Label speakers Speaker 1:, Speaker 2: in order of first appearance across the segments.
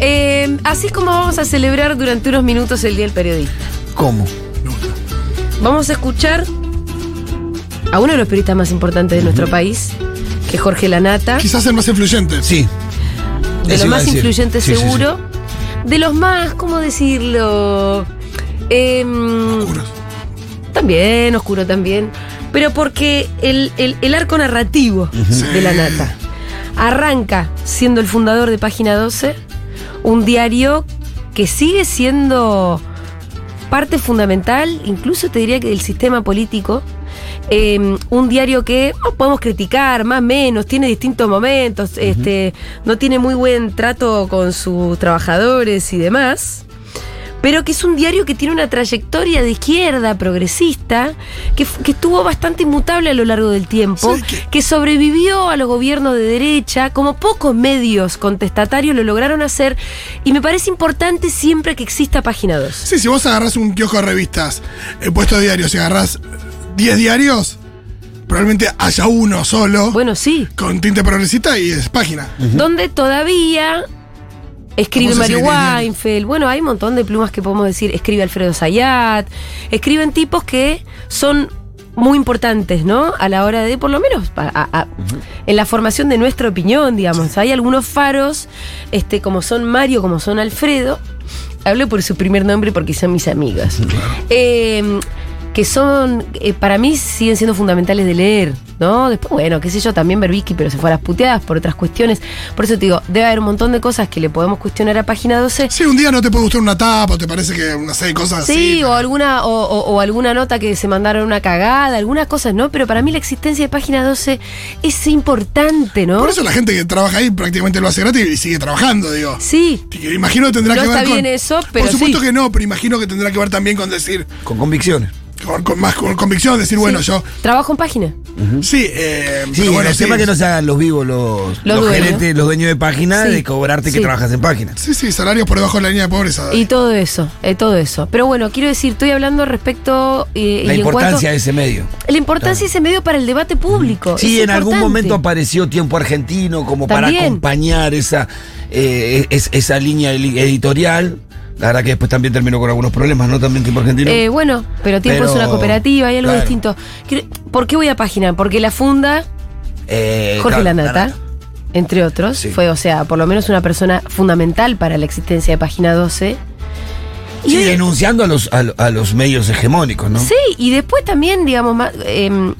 Speaker 1: Eh, así es como vamos a celebrar durante unos minutos el Día del Periodista.
Speaker 2: ¿Cómo?
Speaker 1: Vamos a escuchar a uno de los periodistas más importantes de nuestro país, que es Jorge Lanata,
Speaker 3: Quizás el más influyente.
Speaker 2: Sí.
Speaker 1: de los
Speaker 2: Eso iba a
Speaker 1: más
Speaker 2: decir.
Speaker 1: influyentes
Speaker 2: Sí, sí, sí.
Speaker 1: seguro, de los más, ¿cómo decirlo? Em,
Speaker 3: Oscuros.
Speaker 1: También, oscuro también. Pero porque el, el- el arco narrativo de la nata arranca siendo el fundador de Página 12, un diario que sigue siendo parte fundamental, incluso te diría que del sistema político. Eh, un diario que oh, podemos criticar, más menos, tiene distintos momentos, este, no tiene muy buen trato con sus trabajadores y demás pero que es un diario que tiene una trayectoria de izquierda, progresista, que, f- que estuvo bastante inmutable a lo largo del tiempo,
Speaker 3: Sí, que-
Speaker 1: que sobrevivió a los gobiernos de derecha, como pocos medios contestatarios lo lograron hacer, y me parece importante siempre que exista Página 2.
Speaker 3: Sí, si vos agarrás un kiosco de revistas, eh, puesto de diarios, y agarrás 10 diarios, probablemente haya uno solo
Speaker 1: Bueno, sí,
Speaker 3: con tinte progresista y es página.
Speaker 1: donde todavía escribe
Speaker 3: Vamos a
Speaker 1: Mario
Speaker 3: seguir leyendo.
Speaker 1: Weinfeld, bueno, hay un montón de plumas que podemos decir, escribe Alfredo Zayat, escriben tipos que son muy importantes, ¿no? A la hora de, por lo menos, a- a- a- en la formación de nuestra opinión, digamos. Hay algunos faros, este, como son Mario, como son Alfredo, hablo por su primer nombre porque son mis amigas, Eh, que son, eh, para mí, siguen siendo fundamentales de leer, ¿no? Después, bueno, qué sé yo, también Berbisky, pero se fue a las puteadas por otras cuestiones. Por eso te digo, debe haber un montón de cosas que le podemos cuestionar a Página 12.
Speaker 3: Sí, un día no te puede gustar una tapa, o te parece que una serie de cosas
Speaker 1: Sí,
Speaker 3: así.
Speaker 1: o alguna, o, o- o alguna nota que se mandaron una cagada, algunas cosas, ¿no? Pero para mí la existencia de Página 12 es importante, ¿no?
Speaker 3: Por eso la gente que trabaja ahí prácticamente lo hace gratis y sigue trabajando, digo.
Speaker 1: Sí.
Speaker 3: Y que Imagino que tendrá
Speaker 1: No
Speaker 3: que ver
Speaker 1: está
Speaker 3: con.
Speaker 1: bien eso, pero
Speaker 3: Por supuesto
Speaker 1: sí.
Speaker 3: que no, pero imagino que tendrá que ver también con decir,
Speaker 2: Con convicciones.
Speaker 3: con, con más con convicción, decir, bueno,
Speaker 1: sí.
Speaker 3: yo.
Speaker 1: Trabajo en Página.
Speaker 3: Sí, eh,
Speaker 2: Sí,
Speaker 3: pero bueno,
Speaker 2: el
Speaker 3: sí.
Speaker 2: tema es que no se hagan los vivos los, los
Speaker 1: dueños.
Speaker 2: gerentes, los dueños de página,
Speaker 1: Sí.
Speaker 2: de cobrarte
Speaker 1: Sí.
Speaker 2: que trabajas en página.
Speaker 3: Sí, sí, salarios por debajo de la línea de pobreza.
Speaker 1: Y todo eso, eh, todo eso. Pero bueno, quiero decir, estoy hablando respecto... eh,
Speaker 2: La
Speaker 1: y en
Speaker 2: importancia
Speaker 1: cuanto-
Speaker 2: de ese medio.
Speaker 1: La importancia de ese medio para el debate público.
Speaker 2: Sí,
Speaker 1: es
Speaker 2: en algún
Speaker 1: importante.
Speaker 2: momento apareció Tiempo Argentino como
Speaker 1: También.
Speaker 2: para acompañar esa, eh, es- esa línea eli- editorial. La verdad que después también terminó con algunos problemas, ¿no? También Tiempo Argentino.
Speaker 1: Eh, bueno, pero tiempo
Speaker 2: Pero-
Speaker 1: es una cooperativa, hay algo
Speaker 2: claro.
Speaker 1: distinto. Quiero- ¿Por qué voy a página? Porque la funda
Speaker 2: Eh,
Speaker 1: Jorge
Speaker 2: claro,
Speaker 1: Lanata, entre otros,
Speaker 2: Sí.
Speaker 1: fue, o sea, por lo menos una persona fundamental para la existencia de Página 12. Y
Speaker 2: Sí,
Speaker 1: hoy-
Speaker 2: denunciando a los, a, lo- a los medios hegemónicos, ¿no?
Speaker 1: Sí, y después también, digamos, ma- em,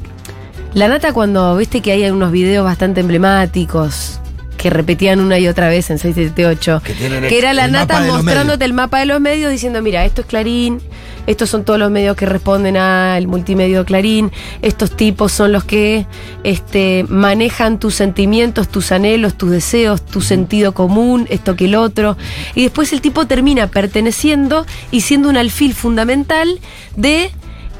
Speaker 1: la nata cuando viste que hay unos videos bastante emblemáticos que repetían una y otra vez en 678,
Speaker 2: Que tienen el-
Speaker 1: que era la
Speaker 2: el
Speaker 1: nata
Speaker 2: mapa de los
Speaker 1: mostrándote el mapa de los medios diciendo, mira, esto es Clarín, estos son todos los medios que responden al multimedio Clarín, estos tipos son los que este, manejan tus sentimientos, tus anhelos, tus deseos, tu sentido común, esto que el otro, y después el tipo termina perteneciendo y siendo un alfil fundamental de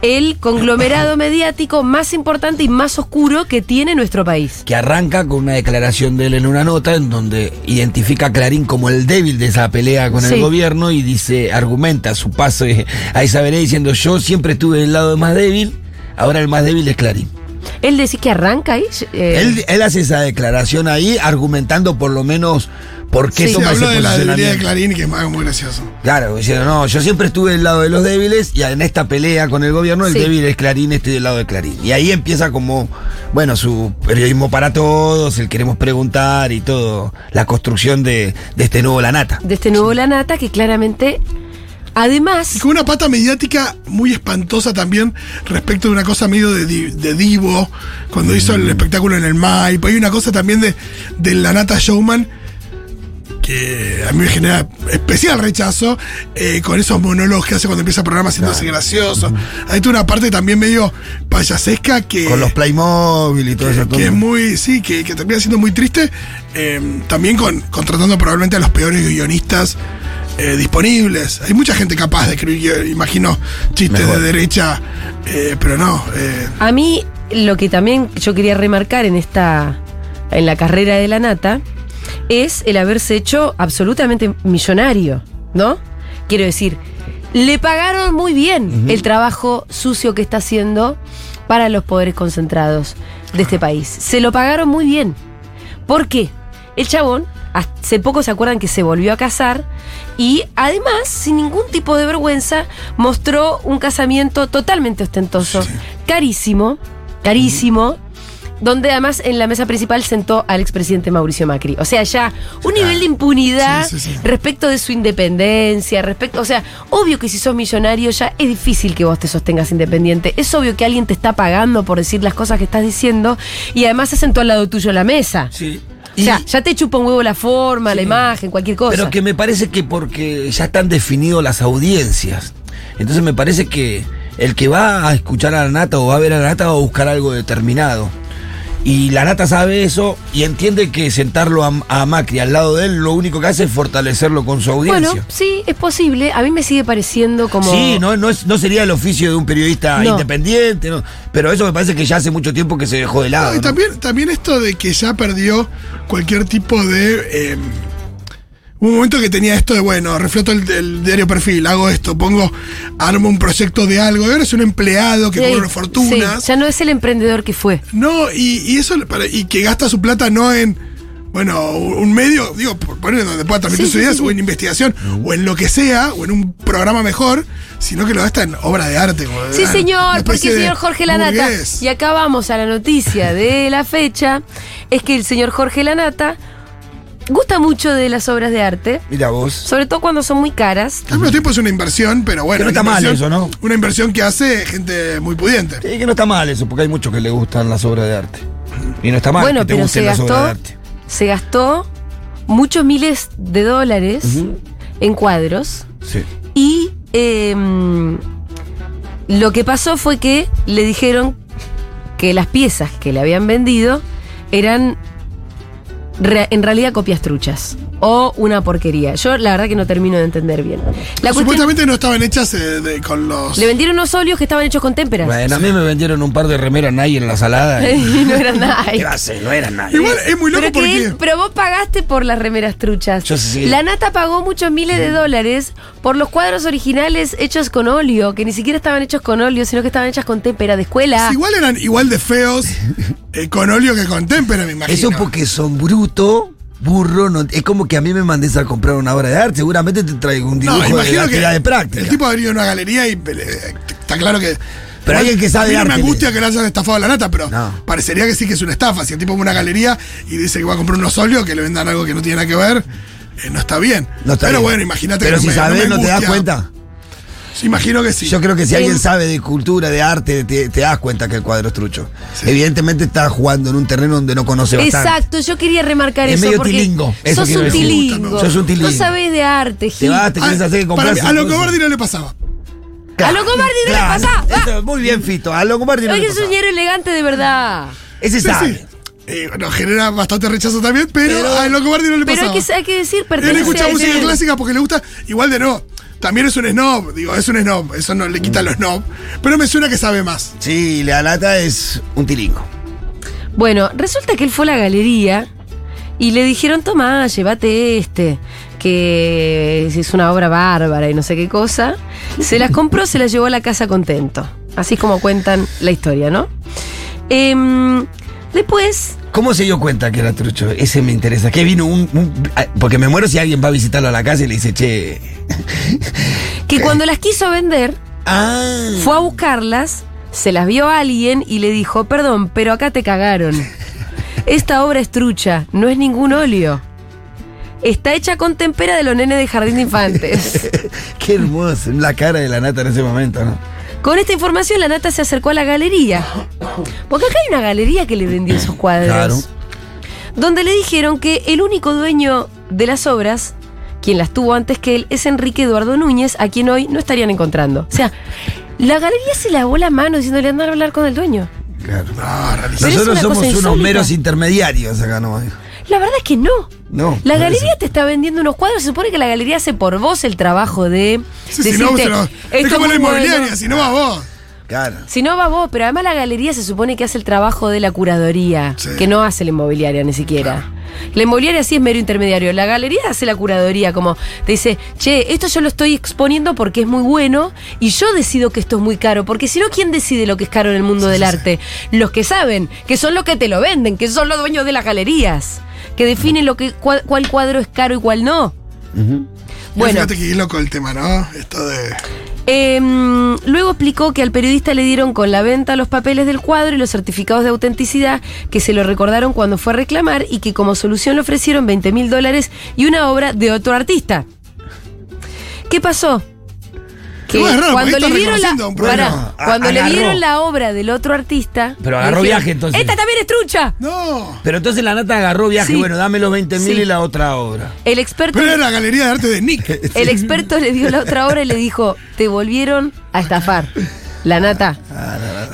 Speaker 1: el conglomerado mediático más importante y más oscuro que tiene nuestro país.
Speaker 2: que arranca con una declaración de él en una nota en donde identifica a Clarín como el débil de esa pelea con
Speaker 1: Sí.
Speaker 2: el gobierno y dice, argumenta su paso eh, a esa vereda diciendo yo siempre estuve del lado más débil, ahora el más débil es Clarín.
Speaker 1: Él decía que arranca ahí. eh,
Speaker 2: Él, él hace esa declaración ahí argumentando por lo menos por qué
Speaker 1: Sí.
Speaker 3: Se
Speaker 2: toma ese
Speaker 3: habló de la debilidad de
Speaker 2: posicionamiento.
Speaker 3: Clarín, que es algo muy gracioso.
Speaker 2: Claro, diciendo, no, yo siempre estuve del lado de los débiles y en esta pelea con el gobierno el
Speaker 1: Sí.
Speaker 2: débil es Clarín, estoy del lado de Clarín. Y ahí empieza como, bueno, su periodismo para todos, el queremos preguntar y todo, la construcción de, de este nuevo La Nata.
Speaker 1: de este nuevo La Nata, que claramente,
Speaker 3: Y
Speaker 1: además,
Speaker 3: con una pata mediática muy espantosa también respecto de una cosa medio de, di- de divo, cuando hizo
Speaker 2: Mm.
Speaker 3: el espectáculo en el Maipo. Hay una cosa también de, de la nata showman que a mí me genera especial rechazo eh, con esos monólogos que hace cuando empieza el programa haciéndose gracioso. Hay toda una parte también medio payasesca que...
Speaker 2: Con los Playmobil y todo eso. todo.
Speaker 3: que es muy, sí, que, que termina siendo muy triste, eh, también con, contratando probablemente a los peores guionistas eh, disponibles. Hay mucha gente capaz de escribir, yo imagino, chistes
Speaker 2: Mejor.
Speaker 3: de derecha, eh, pero no. eh,
Speaker 1: a mí lo que también yo quería remarcar en esta, en la carrera de La Nata, es el haberse hecho absolutamente millonario, ¿no? Quiero decir, le pagaron muy bien el trabajo sucio que está haciendo para los poderes concentrados de este país. Se lo pagaron muy bien. ¿Por qué? El chabón hace poco se acuerdan que se volvió a casar y además, sin ningún tipo de vergüenza, mostró un casamiento totalmente ostentoso, carísimo, carísimo. Donde además en la mesa principal sentó al expresidente Mauricio Macri. O sea, ya un nivel de impunidad
Speaker 3: Sí, sí, sí.
Speaker 1: respecto de su independencia, respecto, o sea, obvio que si sos millonario ya es difícil que vos te sostengas independiente, es obvio que alguien te está pagando por decir las cosas que estás diciendo y además se sentó al lado tuyo en la mesa.
Speaker 2: Sí.
Speaker 1: o sea, ya te chupa un huevo la forma, la
Speaker 2: Sí.
Speaker 1: imagen, cualquier cosa.
Speaker 2: Pero que me parece que porque ya están definidas las audiencias. Entonces me parece que el que va a escuchar a la nata o va a ver a la nata va a buscar algo determinado. Y la nata sabe eso y entiende que sentarlo a, a Macri al lado de él lo único que hace es fortalecerlo con su audiencia.
Speaker 1: bueno, sí, es posible. A mí me sigue pareciendo como.
Speaker 2: Sí, no, no, es- no sería el oficio de un periodista
Speaker 1: No.
Speaker 2: independiente, no. pero eso me parece que ya hace mucho tiempo que se dejó de lado.
Speaker 3: No, Ah, y
Speaker 2: ¿no?
Speaker 3: también, también esto de que ya perdió cualquier tipo de. eh, hubo un momento que tenía esto de, bueno, refloto el, el diario perfil, hago esto, pongo, armo un proyecto de algo, y ahora es un empleado que
Speaker 1: Sí,
Speaker 3: cobra una fortuna.
Speaker 1: sí, ya no es el emprendedor que fue.
Speaker 3: No, y, y eso para- y que gasta su plata no en bueno, un medio, digo, por poner donde pueda transmitir
Speaker 1: Sí,
Speaker 3: sus
Speaker 1: sí,
Speaker 3: ideas,
Speaker 1: sí,
Speaker 3: o
Speaker 1: sí.
Speaker 3: en investigación, o en lo que sea, o en un programa mejor, sino que lo gasta en obra de arte. como de-
Speaker 1: Sí,
Speaker 3: una
Speaker 1: señor, porque
Speaker 3: especie
Speaker 1: el
Speaker 3: de
Speaker 1: señor Jorge Lanata.
Speaker 3: burgués.
Speaker 1: Y acá vamos a la noticia de la fecha. Es que el señor Jorge Lanata gusta mucho de las obras de arte,
Speaker 2: Mira vos.
Speaker 1: sobre todo cuando son muy caras.
Speaker 3: Al mismo tiempo es una inversión, pero bueno.
Speaker 2: Que no está
Speaker 3: una
Speaker 2: mal
Speaker 3: inversión-
Speaker 2: eso, ¿no?
Speaker 3: Una inversión que hace gente muy pudiente.
Speaker 2: Sí, que no está mal eso, porque hay muchos que le gustan las obras de arte. Y no está mal
Speaker 1: bueno,
Speaker 2: que te
Speaker 1: pero
Speaker 2: gusten
Speaker 1: se
Speaker 2: las obras de
Speaker 1: gastó,
Speaker 2: arte.
Speaker 1: se gastó muchos miles de dólares en cuadros
Speaker 2: Sí.
Speaker 1: y em, lo que pasó fue que le dijeron que las piezas que le habían vendido eran re- en realidad copias truchas o una porquería. Yo la verdad que no termino de entender bien. La cuestión,
Speaker 3: Supuestamente no estaban hechas eh, de- con los.
Speaker 1: le vendieron unos óleos que estaban hechos con témperas.
Speaker 2: Bueno, a mí me vendieron un par de remeras Nike en la salada. y-
Speaker 1: Y no eran nada.
Speaker 2: ¿Qué va a ser? No era Nike.
Speaker 3: Igual es muy loco
Speaker 1: Pero, que
Speaker 3: porque.
Speaker 1: él- pero vos pagaste por las remeras truchas.
Speaker 2: Yo sí. Mm.
Speaker 1: La nata pagó muchos miles de dólares por los cuadros originales hechos con óleo, que ni siquiera estaban hechos con óleo, sino que estaban hechas con témpera de escuela.
Speaker 3: si Igual eran igual de feos eh, con óleo que con témpera, me imagino.
Speaker 2: Eso porque son bruto, burro. no- es como que a mí me mandes a comprar una obra de arte. Seguramente te traigo un dibujo de la actividad de
Speaker 3: El
Speaker 2: práctica.
Speaker 3: tipo habría ido a una galería y eh, está claro que.
Speaker 2: Pero alguien que sabe
Speaker 3: a mí no
Speaker 2: arte
Speaker 3: me angustia
Speaker 2: le-
Speaker 3: que le hayan estafado a la nata, pero
Speaker 2: No.
Speaker 3: parecería que sí que es una estafa. Si el tipo va a una galería y dice que va a comprar unos óleos, que le vendan algo que no tiene nada que ver, eh, no está bien.
Speaker 2: No está
Speaker 3: pero
Speaker 2: bien.
Speaker 3: bueno, imagínate
Speaker 2: Pero
Speaker 3: que
Speaker 2: si
Speaker 3: me-
Speaker 2: sabes,
Speaker 3: me
Speaker 2: no, te das
Speaker 3: angustia.
Speaker 2: cuenta.
Speaker 3: Imagino que sí.
Speaker 2: Yo creo que si
Speaker 1: Sí.
Speaker 2: alguien sabe de cultura, de arte, te, te das cuenta que el cuadro es trucho. Evidentemente está jugando en un terreno donde no conoce bastante.
Speaker 1: Exacto, yo quería remarcar
Speaker 2: Es
Speaker 1: eso.
Speaker 2: medio
Speaker 1: porque
Speaker 2: tilingo, eso
Speaker 1: Sos
Speaker 2: quiero
Speaker 1: un
Speaker 2: decir.
Speaker 1: tilingo.
Speaker 2: Sos un tilingo.
Speaker 1: No sabés de arte,
Speaker 2: Te
Speaker 1: Gil.
Speaker 2: vas, te querés hacer que
Speaker 3: Ah, para
Speaker 2: compras.
Speaker 3: mí, a Longobardi no le pasaba.
Speaker 1: A lo Comardi no le pasás, va.
Speaker 2: Eso, Muy bien, Fito. A lo Comardi no
Speaker 1: Oye,
Speaker 2: le
Speaker 1: es un
Speaker 2: pasás.
Speaker 1: dinero elegante de verdad.
Speaker 2: Ese
Speaker 3: Sí,
Speaker 2: sabe.
Speaker 3: sí. Eh, bueno, genera bastante rechazo también, pero,
Speaker 2: Pero-
Speaker 3: a Longobardi no le
Speaker 1: Pero
Speaker 3: pasaba.
Speaker 1: hay que, hay que decir,
Speaker 3: Él
Speaker 1: pertenece
Speaker 3: escucha
Speaker 1: a ese-
Speaker 3: música clásica porque le gusta. Igual de no. También es un snob. Digo, es un snob. Eso no le quita los snob. Pero me suena que sabe más.
Speaker 2: Sí, la lata es un tiringo.
Speaker 1: Bueno, resulta que él fue a la galería y le dijeron, tomá, llévate este, que es una obra bárbara y no sé qué cosa. Se las compró, se las llevó a la casa contento. Así es como cuentan la historia, ¿no? Em, después,
Speaker 2: ¿Cómo se dio cuenta que era trucho? Ese me interesa. Que vino un, un- ah, Porque me muero si alguien va a visitarlo a la casa y le dice, che.
Speaker 1: que cuando las quiso vender,
Speaker 2: Ah.
Speaker 1: fue a buscarlas, se las vio a alguien y le dijo, perdón, pero acá te cagaron. Esta obra es trucha, no es ningún óleo. Está hecha con tempera de los nenes de jardín de infantes.
Speaker 2: Qué hermoso. La cara de la nata en ese momento, ¿no?
Speaker 1: Con esta información, la nata se acercó a la galería. Porque acá hay una galería que le vendió esos cuadros.
Speaker 2: Claro.
Speaker 1: Donde le dijeron que el único dueño de las obras, quien las tuvo antes que él, es Enrique Eduardo Núñez, a quien hoy no estarían encontrando. O sea, la galería se lavó la mano diciéndole andar a hablar con el dueño.
Speaker 2: Claro.
Speaker 3: Ah, rarísimo.
Speaker 1: Pero es
Speaker 2: Nosotros
Speaker 1: una
Speaker 2: somos
Speaker 1: cosa
Speaker 2: unos
Speaker 1: insólita.
Speaker 2: meros intermediarios acá nomás.
Speaker 1: La verdad es que no.
Speaker 2: No.
Speaker 1: La
Speaker 2: no
Speaker 1: galería te está vendiendo unos cuadros. Se supone que la galería hace por vos el trabajo de.
Speaker 3: Sí, si no,
Speaker 1: decirte,
Speaker 3: se lo- es
Speaker 1: "Esto
Speaker 3: como la
Speaker 1: muy bueno".
Speaker 3: inmobiliaria, si no va vos.
Speaker 2: es. Claro.
Speaker 1: Si no va vos, pero además la galería se supone que hace el trabajo de la curadoría,
Speaker 3: Sí.
Speaker 1: que no hace la inmobiliaria ni siquiera. La inmobiliaria sí es mero intermediario, la galería hace la curadoría, como te dice, che, esto yo lo estoy exponiendo porque es muy bueno y yo decido que esto es muy caro, porque si no, ¿quién decide lo que es caro en el mundo del arte? Los que saben, que son los que te lo venden, que son los dueños de las galerías. que define lo que, cuál, cuál cuadro es caro y cuál no.
Speaker 2: Ujú.
Speaker 1: Bueno.
Speaker 3: Fíjate que es loco el tema, ¿no? Esto de.
Speaker 1: Eh, luego explicó que al periodista le dieron con la venta los papeles del cuadro y los certificados de autenticidad que se lo recordaron cuando fue a reclamar y que como solución le ofrecieron 20 mil dólares y una obra de otro artista. ¿Qué pasó? Que
Speaker 3: Bueno, raro,
Speaker 1: cuando
Speaker 3: porque
Speaker 1: le
Speaker 3: está
Speaker 1: dieron la,
Speaker 3: reconociendo un problema.
Speaker 1: Pará,
Speaker 2: A-
Speaker 1: cuando le
Speaker 2: agarró.
Speaker 1: dieron la obra del otro artista, le
Speaker 2: Pero agarró
Speaker 1: dijeron,
Speaker 2: viaje, entonces.
Speaker 1: Esta también es trucha.
Speaker 3: ¡No!
Speaker 2: Pero entonces la nata agarró viaje,
Speaker 1: Sí.
Speaker 2: bueno, dame los 20 mil
Speaker 1: Sí.
Speaker 2: y la otra obra.
Speaker 1: El experto
Speaker 3: Pero era la galería de arte de Nick.
Speaker 1: El experto le dio la otra hora y le dijo, te volvieron a estafar. La nata.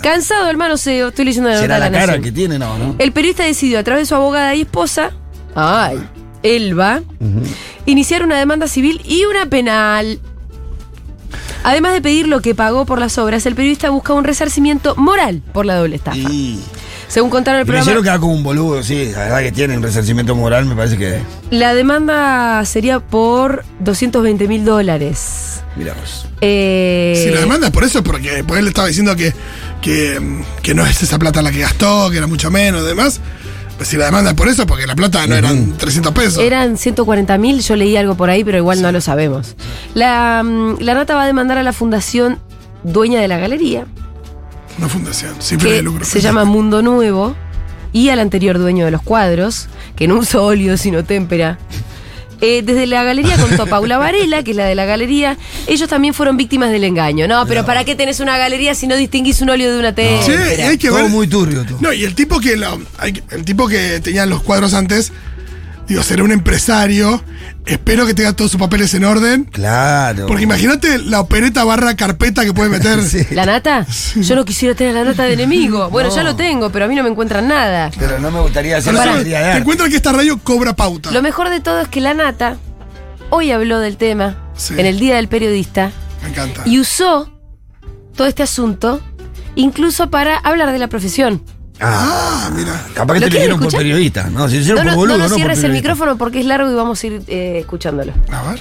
Speaker 1: Cansado el manoseo, estoy leyendo la nota
Speaker 2: Ah, Será
Speaker 1: de
Speaker 2: la
Speaker 1: la
Speaker 2: cara
Speaker 1: Nación.
Speaker 2: que tiene, no, ¿no?
Speaker 1: El periodista decidió, a través de su abogada y esposa, ay, Elba, iniciar una demanda civil y una penal. Además de pedir lo que pagó por las obras, el periodista busca un resarcimiento moral por la doble estafa.
Speaker 2: Y,
Speaker 1: Según contaron el
Speaker 2: y me
Speaker 1: programa,
Speaker 2: hicieron quedar como un boludo, sí. La verdad que tiene un resarcimiento moral, me parece que.
Speaker 1: la demanda sería por 220 mil dólares.
Speaker 2: Mirá vos.
Speaker 1: Eh,
Speaker 3: Si lo demandas por eso es porque, porque él estaba diciendo que, que, mm, que no es esa plata la que gastó, que era mucho menos y demás. Pues si la demandas por eso, porque la plata no eran 300 pesos.
Speaker 1: Eran 140 mil, yo leí algo por ahí, pero igual no lo sabemos. La, mm, la nata va a demandar a la fundación dueña de la galería,
Speaker 3: Una fundación, sin fines de
Speaker 1: que
Speaker 3: lucro.
Speaker 1: se llama Mundo Nuevo, y al anterior dueño de los cuadros, que no usó óleo sino témpera. Eh, desde la galería contó Paula Varela, que es la de la galería, ellos también fueron víctimas del engaño. No, pero ¿para qué tenés una galería si no distinguís un óleo de una témpera?
Speaker 3: Sí, y hay que
Speaker 2: Todo
Speaker 3: ver.
Speaker 2: muy turbio, tú.
Speaker 3: No, y el tipo que lo- hay que- el tipo que tenía los cuadros antes, digo, será un empresario. Espero que tenga todos sus papeles en orden.
Speaker 2: Claro.
Speaker 3: Porque imagínate la opereta barra carpeta que puede meter.
Speaker 2: Sí.
Speaker 1: ¿La nata? Yo no quisiera tener la nata de enemigo. Bueno, ya lo tengo, pero a mí no me encuentran nada.
Speaker 2: Pero no me gustaría hacer
Speaker 3: Pero
Speaker 2: una
Speaker 3: eso,
Speaker 2: galería de
Speaker 3: te
Speaker 2: arte.
Speaker 3: encuentras que esta radio cobra pauta.
Speaker 1: Lo mejor de todo es que la nata hoy habló del tema
Speaker 3: Sí. Ah.
Speaker 1: en el Día del Periodista
Speaker 3: Me encanta.
Speaker 1: y usó todo este asunto incluso para hablar de la profesión.
Speaker 2: Ah,
Speaker 3: Ah, mira.
Speaker 2: capaz que
Speaker 1: ¿Lo quieren
Speaker 2: te lo hicieron por
Speaker 1: escuchar?
Speaker 2: periodista. No, se lo hicieron
Speaker 1: No, no,
Speaker 2: por
Speaker 1: no
Speaker 2: boludo, no,
Speaker 1: nos
Speaker 2: por
Speaker 1: cierres el
Speaker 2: periodista.
Speaker 1: micrófono porque es largo y vamos a ir eh, escuchándolo.
Speaker 3: A ver.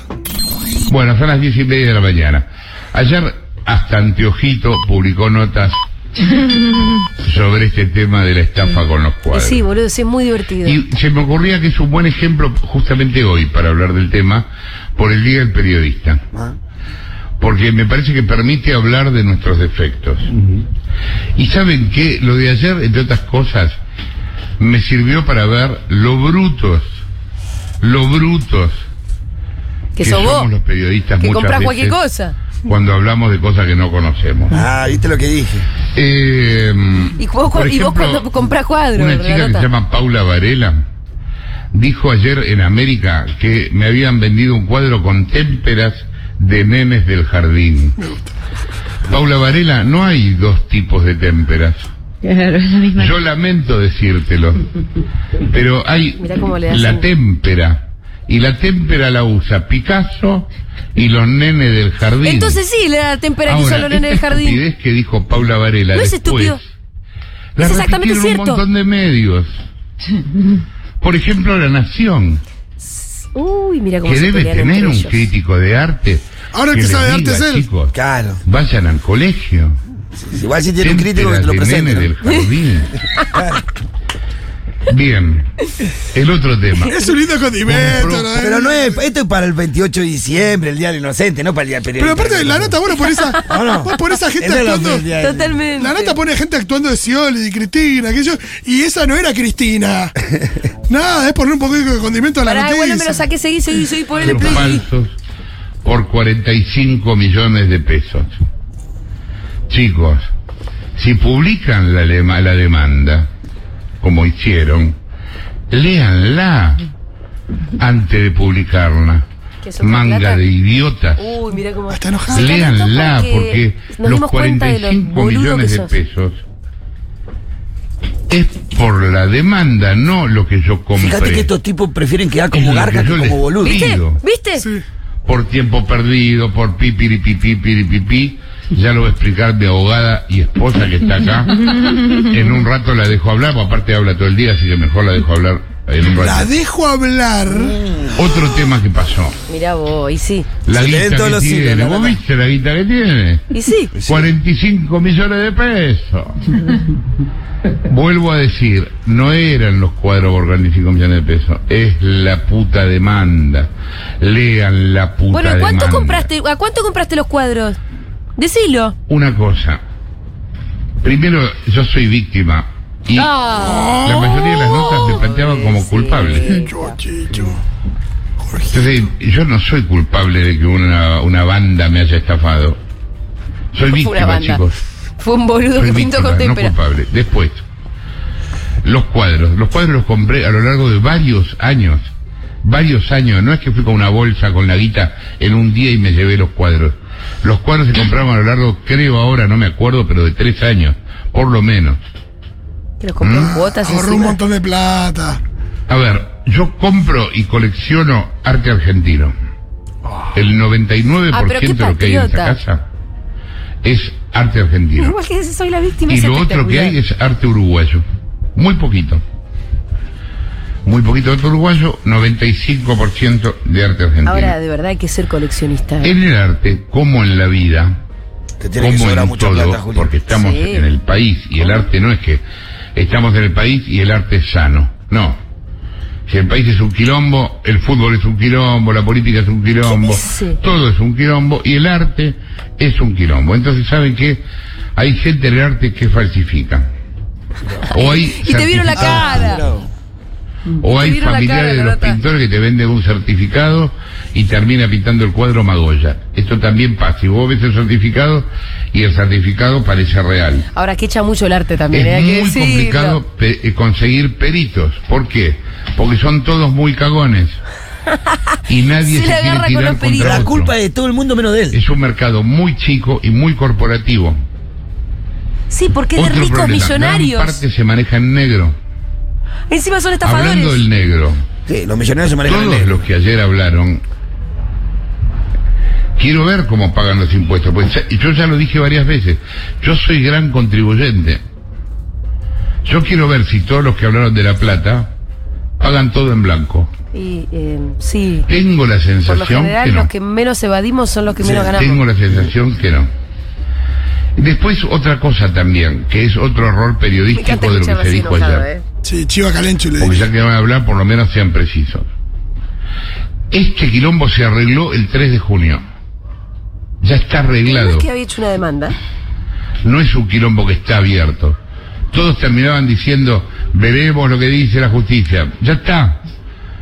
Speaker 4: Bueno, son las diez y media de la mañana. Ayer hasta Anteojito publicó notas sobre este tema de la estafa con los
Speaker 1: Y
Speaker 4: cuadros.
Speaker 1: sí, boludo, sí, es muy divertido.
Speaker 4: Y se me ocurría que es un buen ejemplo justamente hoy para hablar del tema por el Día del Periodista. Porque me parece que permite hablar de nuestros defectos. Y saben que lo de ayer, entre otras cosas, me sirvió para ver lo brutos, lo brutos
Speaker 1: que sos vos,
Speaker 4: somos los periodistas
Speaker 1: que
Speaker 4: muchas
Speaker 1: compras
Speaker 4: veces
Speaker 1: cualquier cosa.
Speaker 4: cuando hablamos de cosas que no conocemos.
Speaker 2: Ah, viste lo que dije.
Speaker 4: Eh,
Speaker 1: Y vos,
Speaker 4: por
Speaker 1: y vos cuando compras cuadros,
Speaker 4: Una chica que
Speaker 1: Renata.
Speaker 4: se llama Paula Varela dijo ayer en América que me habían vendido un cuadro con témperas de nenes del jardín. Paula Varela, no hay dos tipos de témperas. Yo lamento decírtelo, pero hay
Speaker 1: Mirá cómo le
Speaker 4: la
Speaker 1: hacen.
Speaker 4: témpera. Y la témpera la usa Picasso y los nenes del jardín.
Speaker 1: Entonces sí, la tempera que
Speaker 4: Ahora, este
Speaker 1: usan los nenes del
Speaker 4: esta
Speaker 1: jardín.
Speaker 4: estupidez que dijo Paula Varela.
Speaker 1: No es
Speaker 4: después,
Speaker 1: estúpido.
Speaker 4: la
Speaker 1: Es exactamente
Speaker 4: repitieron
Speaker 1: cierto.
Speaker 4: un montón de medios. Por ejemplo, La Nación,
Speaker 1: Uy, mira cómo
Speaker 4: que
Speaker 1: se
Speaker 4: debe
Speaker 1: pelean
Speaker 4: tener
Speaker 1: entre
Speaker 4: un
Speaker 1: ellos.
Speaker 4: crítico de arte.
Speaker 3: Ahora el que
Speaker 4: les
Speaker 3: sabe de arte
Speaker 4: diga,
Speaker 3: es él.
Speaker 4: chicos,
Speaker 2: Claro.
Speaker 4: vayan al colegio.
Speaker 2: Igual si tiene un
Speaker 4: Témperas
Speaker 2: crítico que te lo
Speaker 4: de
Speaker 2: presente.
Speaker 4: nene
Speaker 2: ¿no?
Speaker 4: del jardín. Bien. El otro tema.
Speaker 3: Es un lindo condimento, ¿no?
Speaker 2: Pero no es, esto es para el 28 de diciembre, el Día del Inocente, no para el Día del
Speaker 3: Pero
Speaker 2: Periodista.
Speaker 3: aparte de la nata, bueno, por esa,
Speaker 2: No, no.
Speaker 3: vos por esa gente
Speaker 2: Ese es lo
Speaker 3: actuando.
Speaker 2: del Día del-
Speaker 1: Totalmente.
Speaker 3: La nata pone gente actuando de Scioli, de Cristina, aquello, y esa no era Cristina. Nada, es poner un poquito de condimento a la
Speaker 1: Pará,
Speaker 3: noticia.
Speaker 1: bueno, me lo saqué, seguí, seguí, seguí, por el
Speaker 4: Los
Speaker 1: play.
Speaker 4: falsos por 45 millones de pesos. Chicos, si publican la, lema- la demanda, como hicieron, léanla antes de publicarla.
Speaker 1: Que son
Speaker 4: Manga
Speaker 1: plata.
Speaker 4: de idiotas.
Speaker 1: Uy, mira cómo
Speaker 3: Está enojada.
Speaker 1: Se calentó
Speaker 4: Léanla porque,
Speaker 1: nos
Speaker 4: los
Speaker 1: dimos cuenta de lo
Speaker 4: 45
Speaker 1: boludo
Speaker 4: millones
Speaker 1: que
Speaker 4: de
Speaker 1: sos.
Speaker 4: pesos es por la demanda, no lo que yo compré.
Speaker 2: Fíjate que estos tipos prefieren quedar
Speaker 4: Es
Speaker 2: como
Speaker 4: lo que
Speaker 2: garca que
Speaker 4: yo
Speaker 2: como
Speaker 4: les
Speaker 2: boludo.
Speaker 4: pido.
Speaker 1: ¿Viste? ¿Viste?
Speaker 3: Sí.
Speaker 4: por tiempo perdido, por pipiripipipiripipi. Ya lo voy a explicar mi abogada y esposa que está acá. En un rato la dejo hablar, porque aparte habla todo el día, así que mejor la dejo hablar en un
Speaker 3: La
Speaker 4: rato.
Speaker 3: dejo hablar.
Speaker 1: Mm.
Speaker 4: Otro tema que pasó.
Speaker 1: Mirá vos, y sí.
Speaker 4: La
Speaker 2: Se le ven
Speaker 4: guita
Speaker 2: todos
Speaker 4: que
Speaker 2: los hilos,
Speaker 4: tiene.
Speaker 2: la
Speaker 4: ¿Vos
Speaker 2: nata.
Speaker 4: viste la guita que tiene?
Speaker 1: Y sí.
Speaker 4: 45 millones de pesos. Vuelvo a decir, no eran los cuadros por 45 millones de pesos, es la puta demanda. Lean la puta
Speaker 1: Bueno, ¿y
Speaker 4: demanda.
Speaker 1: ¿cuánto compraste? ¿A cuánto compraste los cuadros? Decilo.
Speaker 4: Una cosa. Primero, yo soy víctima. Y
Speaker 1: Ah.
Speaker 4: la mayoría de las notas me planteaban como culpable.
Speaker 3: Chicho, chicho.
Speaker 4: Entonces, yo no soy culpable de que una, una banda me haya estafado. Soy
Speaker 1: Fue una
Speaker 4: víctima,
Speaker 1: banda.
Speaker 4: chicos.
Speaker 1: Fue un boludo
Speaker 4: Soy
Speaker 1: que pintó
Speaker 4: víctima,
Speaker 1: con
Speaker 4: no
Speaker 1: témpera.
Speaker 4: culpable. Después, los cuadros. Los cuadros los compré a lo largo de varios años. Varios años. No es que fui con una bolsa, con la guita, en un día y me llevé los cuadros. Los cuadros se compraban a lo largo, creo ahora, no me acuerdo, pero de tres años, por lo menos.
Speaker 1: Que los compró
Speaker 4: ¿Mm?
Speaker 1: en cuotas
Speaker 3: Ahorró un
Speaker 1: encima.
Speaker 3: montón de plata.
Speaker 4: A ver, yo compro y colecciono arte argentino. El 99%
Speaker 1: Ah, pero qué
Speaker 4: de lo que hay en esta
Speaker 1: Ah, patriota.
Speaker 4: casa es arte argentino.
Speaker 1: Igual que dice, soy la víctima.
Speaker 4: Y
Speaker 1: es
Speaker 4: lo otro que hay
Speaker 1: espectacular.
Speaker 4: es arte uruguayo. Muy poquito. Muy poquito de arte uruguayo, 95% de arte argentino.
Speaker 1: Ahora, de verdad, hay que ser coleccionista. ¿eh?
Speaker 4: en el arte, como en la vida,
Speaker 2: Te tiene que
Speaker 4: como
Speaker 2: sobrar
Speaker 4: en
Speaker 2: mucha
Speaker 4: todo,
Speaker 2: plata, Julio.
Speaker 4: porque estamos
Speaker 1: Sí.
Speaker 4: en el país y el arte no es que estamos en el país y el arte es sano. No. Si el país es un quilombo, el fútbol es un quilombo, la política es un quilombo,
Speaker 1: dice?
Speaker 4: todo es un quilombo y el arte es un quilombo. Entonces, ¿saben que Hay gente en el arte que falsifica. O hay
Speaker 1: Y te vieron la
Speaker 4: certificados.
Speaker 1: cara.
Speaker 4: O hay
Speaker 1: vieron la cara,
Speaker 4: familiares de
Speaker 1: la
Speaker 4: los
Speaker 1: nota.
Speaker 4: pintores que te venden un certificado y termina pintando el cuadro Magoya. Esto también pasa. Y vos ves el certificado y el certificado parece real.
Speaker 1: Ahora, que echa mucho el arte también, ¿eh?
Speaker 4: Es
Speaker 1: hay que
Speaker 4: muy
Speaker 1: decirlo.
Speaker 4: complicado pe- eh, conseguir peritos. ¿Por qué? Porque son todos muy cagones. Y
Speaker 1: Se
Speaker 4: nadie se,
Speaker 1: la
Speaker 4: quiere
Speaker 1: agarra con
Speaker 4: tirar
Speaker 1: los peritos.
Speaker 4: contra
Speaker 2: La
Speaker 4: otro.
Speaker 2: culpa es de todo el mundo menos de él.
Speaker 4: Es un mercado muy chico y muy corporativo.
Speaker 1: Sí, porque es de
Speaker 4: Otro
Speaker 1: ricos
Speaker 4: problema,
Speaker 1: millonarios.
Speaker 4: gran parte se maneja en negro.
Speaker 1: Encima son estafadores.
Speaker 4: Hablando del negro,
Speaker 2: Sí, los millonarios se manejan en
Speaker 4: Todos
Speaker 2: negro.
Speaker 4: los que ayer hablaron, quiero ver cómo pagan los impuestos. Pues yo ya lo dije varias veces, yo soy gran contribuyente. Yo quiero ver si todos los que hablaron de la plata pagan todo en blanco.
Speaker 1: Y, eh, sí.
Speaker 4: Tengo la
Speaker 1: Por lo
Speaker 4: sensación
Speaker 1: general,
Speaker 4: que no.
Speaker 1: los que menos evadimos son los que
Speaker 2: Sí,
Speaker 1: menos ganamos.
Speaker 4: Tengo la sensación que no. Después otra cosa también, que es otro error
Speaker 1: Me encanta
Speaker 4: periodístico de lo que
Speaker 1: escucharlo
Speaker 4: se
Speaker 1: así
Speaker 4: dijo
Speaker 1: enojado,
Speaker 4: ayer.
Speaker 1: ¿eh?
Speaker 3: Sí, Chiva Calencho le
Speaker 4: Porque
Speaker 3: dije.
Speaker 4: ya que van a hablar, por lo menos sean precisos. Este quilombo se arregló el 3 de junio. Ya está
Speaker 1: No
Speaker 4: arreglado.
Speaker 1: es que había hecho una demanda.
Speaker 4: No es un quilombo que está abierto. Todos terminaban diciendo, veremos lo que dice la justicia. Ya está.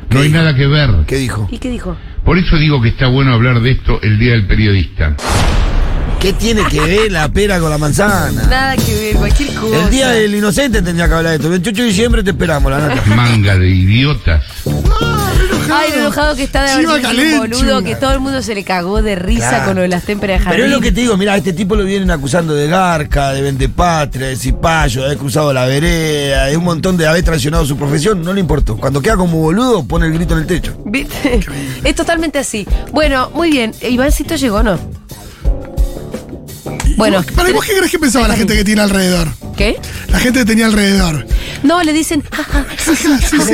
Speaker 4: No hay nada que ver.
Speaker 2: ¿Qué dijo?
Speaker 1: ¿Y qué dijo?
Speaker 4: Por eso digo que está bueno hablar de esto el día del periodista.
Speaker 2: ¿Qué tiene que ver la pera con la manzana?
Speaker 1: Nada que ver, cualquier cosa.
Speaker 2: El día del inocente tendría que hablar de esto. 28 de diciembre te esperamos, la nata.
Speaker 4: Manga de idiotas.
Speaker 1: Ay, lo enojado que está de haber
Speaker 3: "Ah, Chiva
Speaker 1: sido
Speaker 3: Calencho.
Speaker 1: un boludo, que todo el mundo se le cagó de risa
Speaker 2: Claro.
Speaker 1: con lo de las témperas de jardín.
Speaker 2: Pero es lo que te digo, mira, a este tipo lo vienen acusando de garca, de ventepatria, de cipayo, de haber cruzado la vereda, de un montón de haber traicionado su profesión, no le importó. Cuando queda como boludo, pone el grito en el techo.
Speaker 1: ¿Viste? Es totalmente así. Bueno, muy bien. Ivancito llegó, ¿no? Bueno.
Speaker 3: ¿Para vos qué crees que pensaba la gente que tiene alrededor?
Speaker 1: ¿Qué?
Speaker 3: La gente que tenía alrededor.
Speaker 1: No, le dicen. "Ah, "Ja, ja,
Speaker 3: Sí, sí, sí, sí,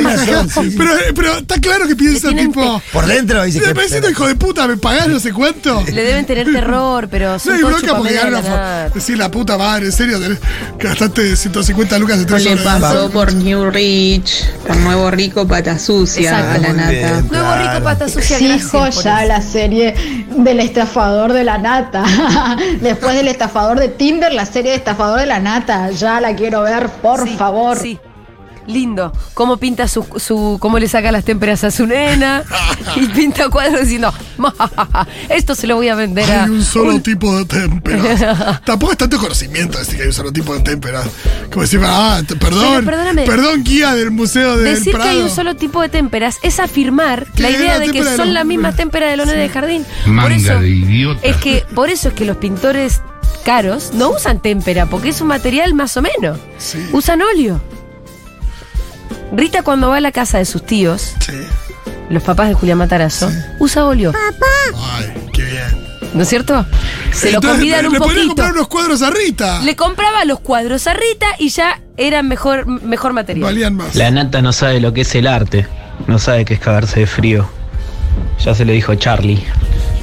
Speaker 2: razón,
Speaker 3: sí.
Speaker 2: sí.
Speaker 3: Pero, pero está claro que piensa
Speaker 1: tienen
Speaker 3: tipo.
Speaker 2: Por dentro dice
Speaker 3: Me
Speaker 2: que.
Speaker 3: pareciendo hijo de puta, me pagás no sé cuánto.
Speaker 1: Le deben tener terror, pero
Speaker 3: No
Speaker 1: son
Speaker 3: hay
Speaker 1: todos
Speaker 3: bronca porque
Speaker 1: chupamedias
Speaker 3: ganaron
Speaker 1: de
Speaker 3: la
Speaker 1: nada.
Speaker 3: Decir la puta madre, en serio, tenés- gastaste 150 lucas en tres
Speaker 5: Le
Speaker 3: horas.
Speaker 5: pasó por New Rich, por Nuevo Rico, pata sucia
Speaker 1: Exacto.
Speaker 5: a la
Speaker 2: Muy
Speaker 5: nata.
Speaker 2: bien.
Speaker 1: Nuevo rico pata sucia.
Speaker 6: Exijo
Speaker 1: gracias por
Speaker 6: ya
Speaker 1: eso.
Speaker 6: la serie del estafador de la nata. Después del estafador de Tinder, la serie de estafador de la nata. Ya la quiero ver, por
Speaker 1: Sí,
Speaker 6: favor.
Speaker 1: Sí. Lindo. Cómo pinta su, su. cómo le saca las témperas a su nena. y pinta cuadros diciendo. "Ma, ja, ja, ja, Esto se lo voy a vender a.
Speaker 3: Hay un solo tipo de témpera. Tampoco es tanto conocimiento decir que hay un solo tipo de témpera. Como decir, ah, t- perdón.
Speaker 1: Pero perdóname.
Speaker 3: Perdón, guía del Museo del
Speaker 1: Decir
Speaker 3: Prado.
Speaker 1: que hay un solo tipo de témperas es afirmar
Speaker 3: Que
Speaker 1: la
Speaker 3: es
Speaker 1: idea
Speaker 3: la
Speaker 1: de que
Speaker 3: témpera de
Speaker 1: son
Speaker 3: los-
Speaker 1: las mismas témperas de los nenes de jardín. por
Speaker 4: Manga
Speaker 1: eso,
Speaker 4: de idiotas.
Speaker 1: Es que, por eso es que los pintores caros no usan témpera, porque es un material más o menos.
Speaker 3: Sí.
Speaker 1: Usan óleo. Rita cuando va a la casa de sus tíos,
Speaker 3: Sí.
Speaker 1: los papás de Julián Matarazo, usa óleo.
Speaker 3: Ay, qué bien.
Speaker 1: ¿No es cierto? Se lo
Speaker 3: Entonces,
Speaker 1: convidan
Speaker 3: le
Speaker 1: un
Speaker 3: podría
Speaker 1: poquito.
Speaker 3: comprar unos cuadros a Rita.
Speaker 1: Le compraba los cuadros a Rita y ya eran mejor, mejor material.
Speaker 3: Valían más.
Speaker 7: La nata no sabe lo que es el arte, no sabe qué es cagarse de frío. Ya se lo dijo Charlie.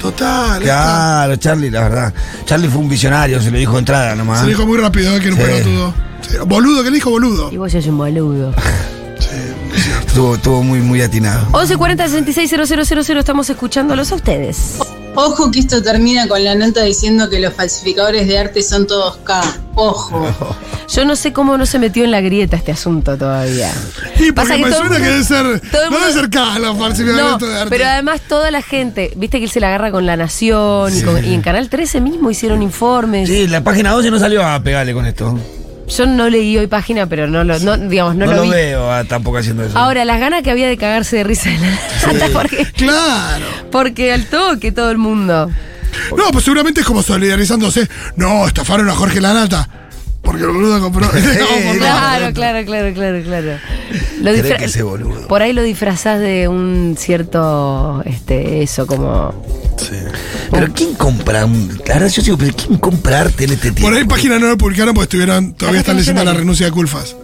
Speaker 3: Total. está.
Speaker 2: Claro, Charlie, la verdad. Charlie fue un visionario, se lo dijo de entrada nomás.
Speaker 3: Se dijo muy rápido eh, que no
Speaker 2: Ah. Sí.
Speaker 3: pelotudo. Sí, Boludo, ¿qué le dijo boludo?
Speaker 1: Y vos sos un boludo.
Speaker 2: Estuvo, estuvo muy, muy atinado.
Speaker 1: 1140 660000 estamos escuchándolos a ustedes.
Speaker 5: Ojo que esto termina con la nota diciendo que los falsificadores de arte son todos K. Ojo.
Speaker 1: Yo no sé cómo no se metió en la grieta este asunto todavía.
Speaker 3: Y
Speaker 1: Pasa
Speaker 3: porque
Speaker 1: que
Speaker 3: me
Speaker 1: todo el
Speaker 3: suena
Speaker 1: mundo-
Speaker 3: que debe ser.
Speaker 1: todo el
Speaker 3: No debe
Speaker 1: mundo-
Speaker 3: ser cara la
Speaker 1: No,
Speaker 3: falsificación de arte.
Speaker 1: pero además toda la gente, viste que él se la agarra con La Nación y, con- y en Canal 13 mismo hicieron informes.
Speaker 2: Sí, la página 12 no salió a pegarle con esto.
Speaker 1: Yo no leí hoy página, pero no lo, no, digamos, no,
Speaker 2: No,
Speaker 1: lo,
Speaker 2: lo,
Speaker 1: vi.
Speaker 2: veo ah, tampoco haciendo eso.
Speaker 1: Ahora, las ganas que había de cagarse de risa de la nata, porque,
Speaker 3: Claro.
Speaker 1: porque al toque todo el mundo.
Speaker 3: No, pues seguramente es como solidarizándose. No, estafaron a Jorge Lanata. Porque el boludo compró. No, por nada.
Speaker 1: Claro, claro, claro, claro, claro. Lo
Speaker 2: Cree
Speaker 1: disfra-
Speaker 2: que ese boludo.
Speaker 1: Por ahí lo disfrazás de un cierto, este, eso, como...
Speaker 2: Sí. este, Pero ¿quién compra un.? La verdad, yo digo, ¿pero quién compra arte en este tiempo?
Speaker 3: Por ahí página no lo publicaron porque estuvieron, todavía
Speaker 1: Acá
Speaker 3: están leyendo
Speaker 1: está
Speaker 3: la
Speaker 1: el
Speaker 3: renuncia de Culfas.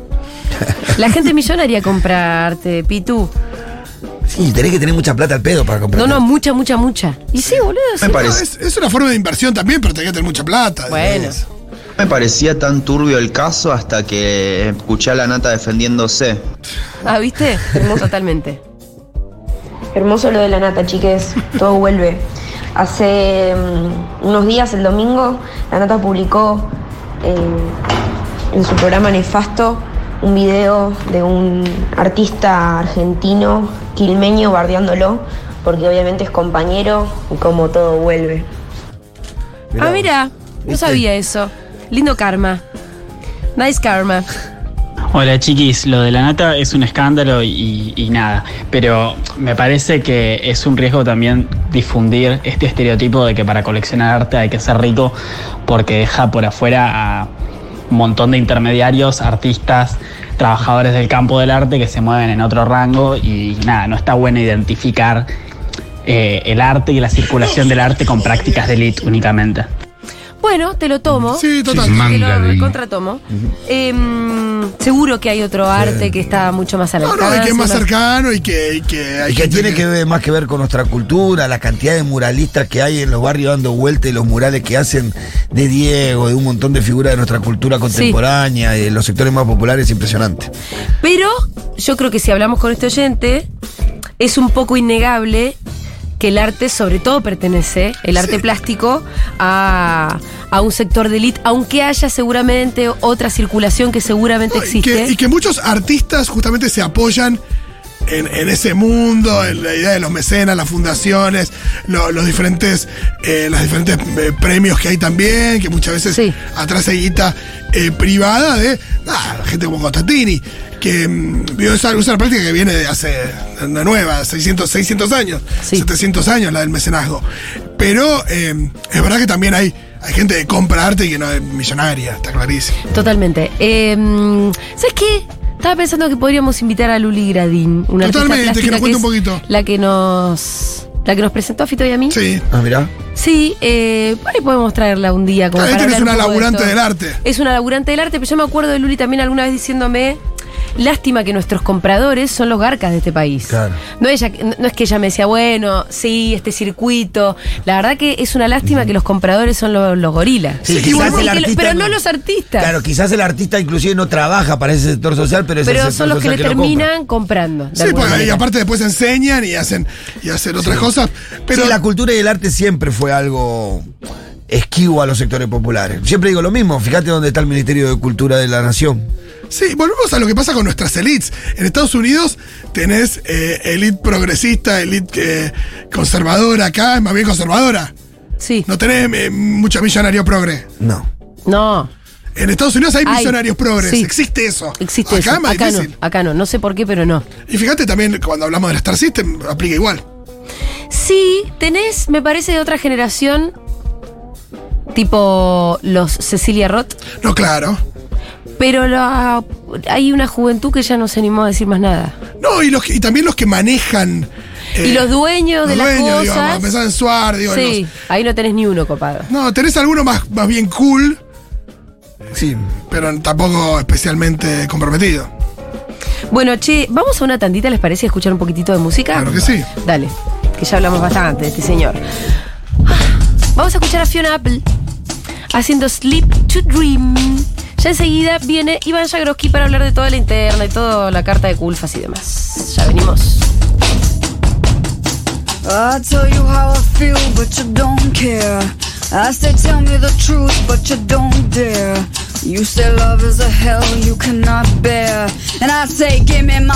Speaker 1: La gente millonaria compra arte, Pitu.
Speaker 2: Sí, tenés que tener mucha plata al pedo para comprar.
Speaker 1: No, no, mucha, mucha, mucha. Y sí, boludo, sí.
Speaker 7: Me
Speaker 3: No,
Speaker 7: parece.
Speaker 3: es, es una forma de inversión también, pero tenés que tener mucha plata.
Speaker 1: Bueno.
Speaker 3: digamos.
Speaker 8: Me parecía tan turbio el caso hasta que escuché a la nata defendiéndose.
Speaker 1: Ah, ¿viste? Hermoso totalmente.
Speaker 9: Hermoso lo de la nata, chiques. Todo vuelve. Hace mm, unos días, el domingo, la nata publicó eh, en su programa Nefasto un video de un artista argentino, quilmeño, bardeándolo, porque obviamente es compañero y como todo vuelve.
Speaker 1: Ah, mira, no sabía eso. Lindo karma. Nice karma.
Speaker 10: Hola chiquis, lo de la nata es un escándalo y, y nada, pero me parece que es un riesgo también difundir este estereotipo de que para coleccionar arte hay que ser rico porque deja por afuera a un montón de intermediarios, artistas, trabajadores del campo del arte que se mueven en otro rango y nada, no está bueno identificar eh, el arte y la circulación del arte con prácticas de elite únicamente.
Speaker 1: Bueno, te lo tomo.
Speaker 3: Sí, total.
Speaker 4: Sí, man.
Speaker 1: Te
Speaker 4: Manga
Speaker 1: lo
Speaker 4: de-
Speaker 1: recontratomo. Em, seguro que hay otro arte que está mucho más al
Speaker 3: No,
Speaker 1: alcance.
Speaker 3: no, y que es más
Speaker 1: más-
Speaker 3: cercano y que, y que hay
Speaker 2: Y que
Speaker 3: gente
Speaker 2: tiene que ver, más que ver con nuestra cultura, la cantidad de muralistas que hay en los barrios dando vueltas y los murales que hacen de Diego, de un montón de figuras de nuestra cultura contemporánea y de los sectores más populares, impresionante.
Speaker 1: Pero yo creo que si hablamos con este oyente, es un poco innegable que el arte, sobre todo, pertenece, el arte plástico, a, a un sector de élite, aunque haya seguramente otra circulación que seguramente
Speaker 3: No, y
Speaker 1: existe.
Speaker 3: que, y que muchos artistas justamente se apoyan en, en ese mundo, en la idea de los mecenas, las fundaciones, lo- los diferentes, eh, las diferentes eh, premios que hay también, que muchas veces
Speaker 1: Sí.
Speaker 3: atrás hay guita eh, privada de ah, gente como Constantini, que mm, digo, es algo- es una práctica que viene de hace una nueva, 600, 600 años,
Speaker 1: Sí.
Speaker 3: 700 años la del mecenazgo. Pero eh, es verdad que también hay, hay gente que compra arte y que no es millonaria, está clarísimo.
Speaker 1: Totalmente. Eh, ¿Sabes qué? Estaba pensando que podríamos invitar a Luli Gradín, una artista
Speaker 3: Totalmente, que
Speaker 1: plástica
Speaker 3: nos cuente un
Speaker 1: es
Speaker 3: poquito.
Speaker 1: La que nos. La que nos presentó a Fito y a mí.
Speaker 3: Sí.
Speaker 2: Ah, mirá.
Speaker 1: Sí, eh, por ahí podemos traerla un día. Como
Speaker 3: Ahí
Speaker 1: para
Speaker 3: tenés
Speaker 1: hablar un
Speaker 3: Ah,
Speaker 1: poco
Speaker 3: este una
Speaker 1: de
Speaker 3: laburante
Speaker 1: esto.
Speaker 3: del arte.
Speaker 1: Es una laburante del arte, pero yo me acuerdo de Luli también alguna vez diciéndome. Lástima que nuestros compradores son los garcas de este país.
Speaker 2: Claro.
Speaker 1: No, ella, no es que ella me decía, bueno, sí, este circuito. La verdad que es una lástima que los compradores son los, los gorilas.
Speaker 2: Sí,
Speaker 1: Y
Speaker 2: quizás
Speaker 1: que-
Speaker 2: el artista
Speaker 1: pero
Speaker 2: no-
Speaker 1: no los artistas.
Speaker 2: Claro, quizás el artista inclusive no trabaja para ese sector social, pero es el
Speaker 1: Pero
Speaker 2: sector
Speaker 1: son los que
Speaker 2: social
Speaker 1: le
Speaker 2: lo compra.
Speaker 1: terminan comprando. de
Speaker 3: Sí,
Speaker 1: alguna
Speaker 3: pues, y
Speaker 1: manera.
Speaker 3: aparte después enseñan y hacen y hacen otras cosas. Pero
Speaker 2: Pero la cultura y el arte siempre fue algo esquivo a los sectores populares. Siempre digo lo mismo, fíjate dónde está el Ministerio de Cultura de la Nación.
Speaker 3: sí, volvemos a lo que pasa con nuestras elites. En Estados Unidos tenés eh, elite progresista, elite eh, conservadora, acá es más bien conservadora.
Speaker 1: Sí.
Speaker 3: No tenés eh, mucho millonario progre.
Speaker 2: No.
Speaker 1: No,
Speaker 3: En Estados Unidos hay
Speaker 1: Hay,
Speaker 3: millonarios progres,
Speaker 1: sí.
Speaker 3: existe eso.
Speaker 1: existe
Speaker 3: acá es
Speaker 1: eso.
Speaker 3: más
Speaker 1: Acá no,
Speaker 3: difícil.
Speaker 1: acá no. No sé por qué, pero no.
Speaker 3: Y fíjate también cuando hablamos del Star System, aplica igual.
Speaker 1: Sí, tenés, me parece, de otra generación, tipo los Cecilia Roth,
Speaker 3: No, claro.
Speaker 1: pero la- hay una juventud que ya no se animó a decir más nada.
Speaker 3: No, y, los, que- y también los que manejan. eh,
Speaker 1: y los dueños de
Speaker 3: los
Speaker 1: las
Speaker 3: dueños, digamos,
Speaker 1: cosas.
Speaker 3: pensaba en Suar, digo, en los-
Speaker 1: sí, ahí no tenés ni uno copado.
Speaker 3: No, tenés alguno más, más bien cool. Sí. Pero tampoco especialmente comprometido.
Speaker 1: Bueno, che, vamos a una tandita, ¿les parece? Escuchar un poquitito de música.
Speaker 3: Claro que sí.
Speaker 1: Dale, que ya hablamos bastante de este señor. Vamos a escuchar a Fiona Apple haciendo Sleep to Dream. Ya enseguida viene Iván Jagroski para hablar de toda la interna y toda la carta de culfas y demás. Ya venimos.
Speaker 9: I tell you how I feel, but you don't care. I say tell me the truth, but you don't dare. You say love is a hell you cannot bear. And I say give me my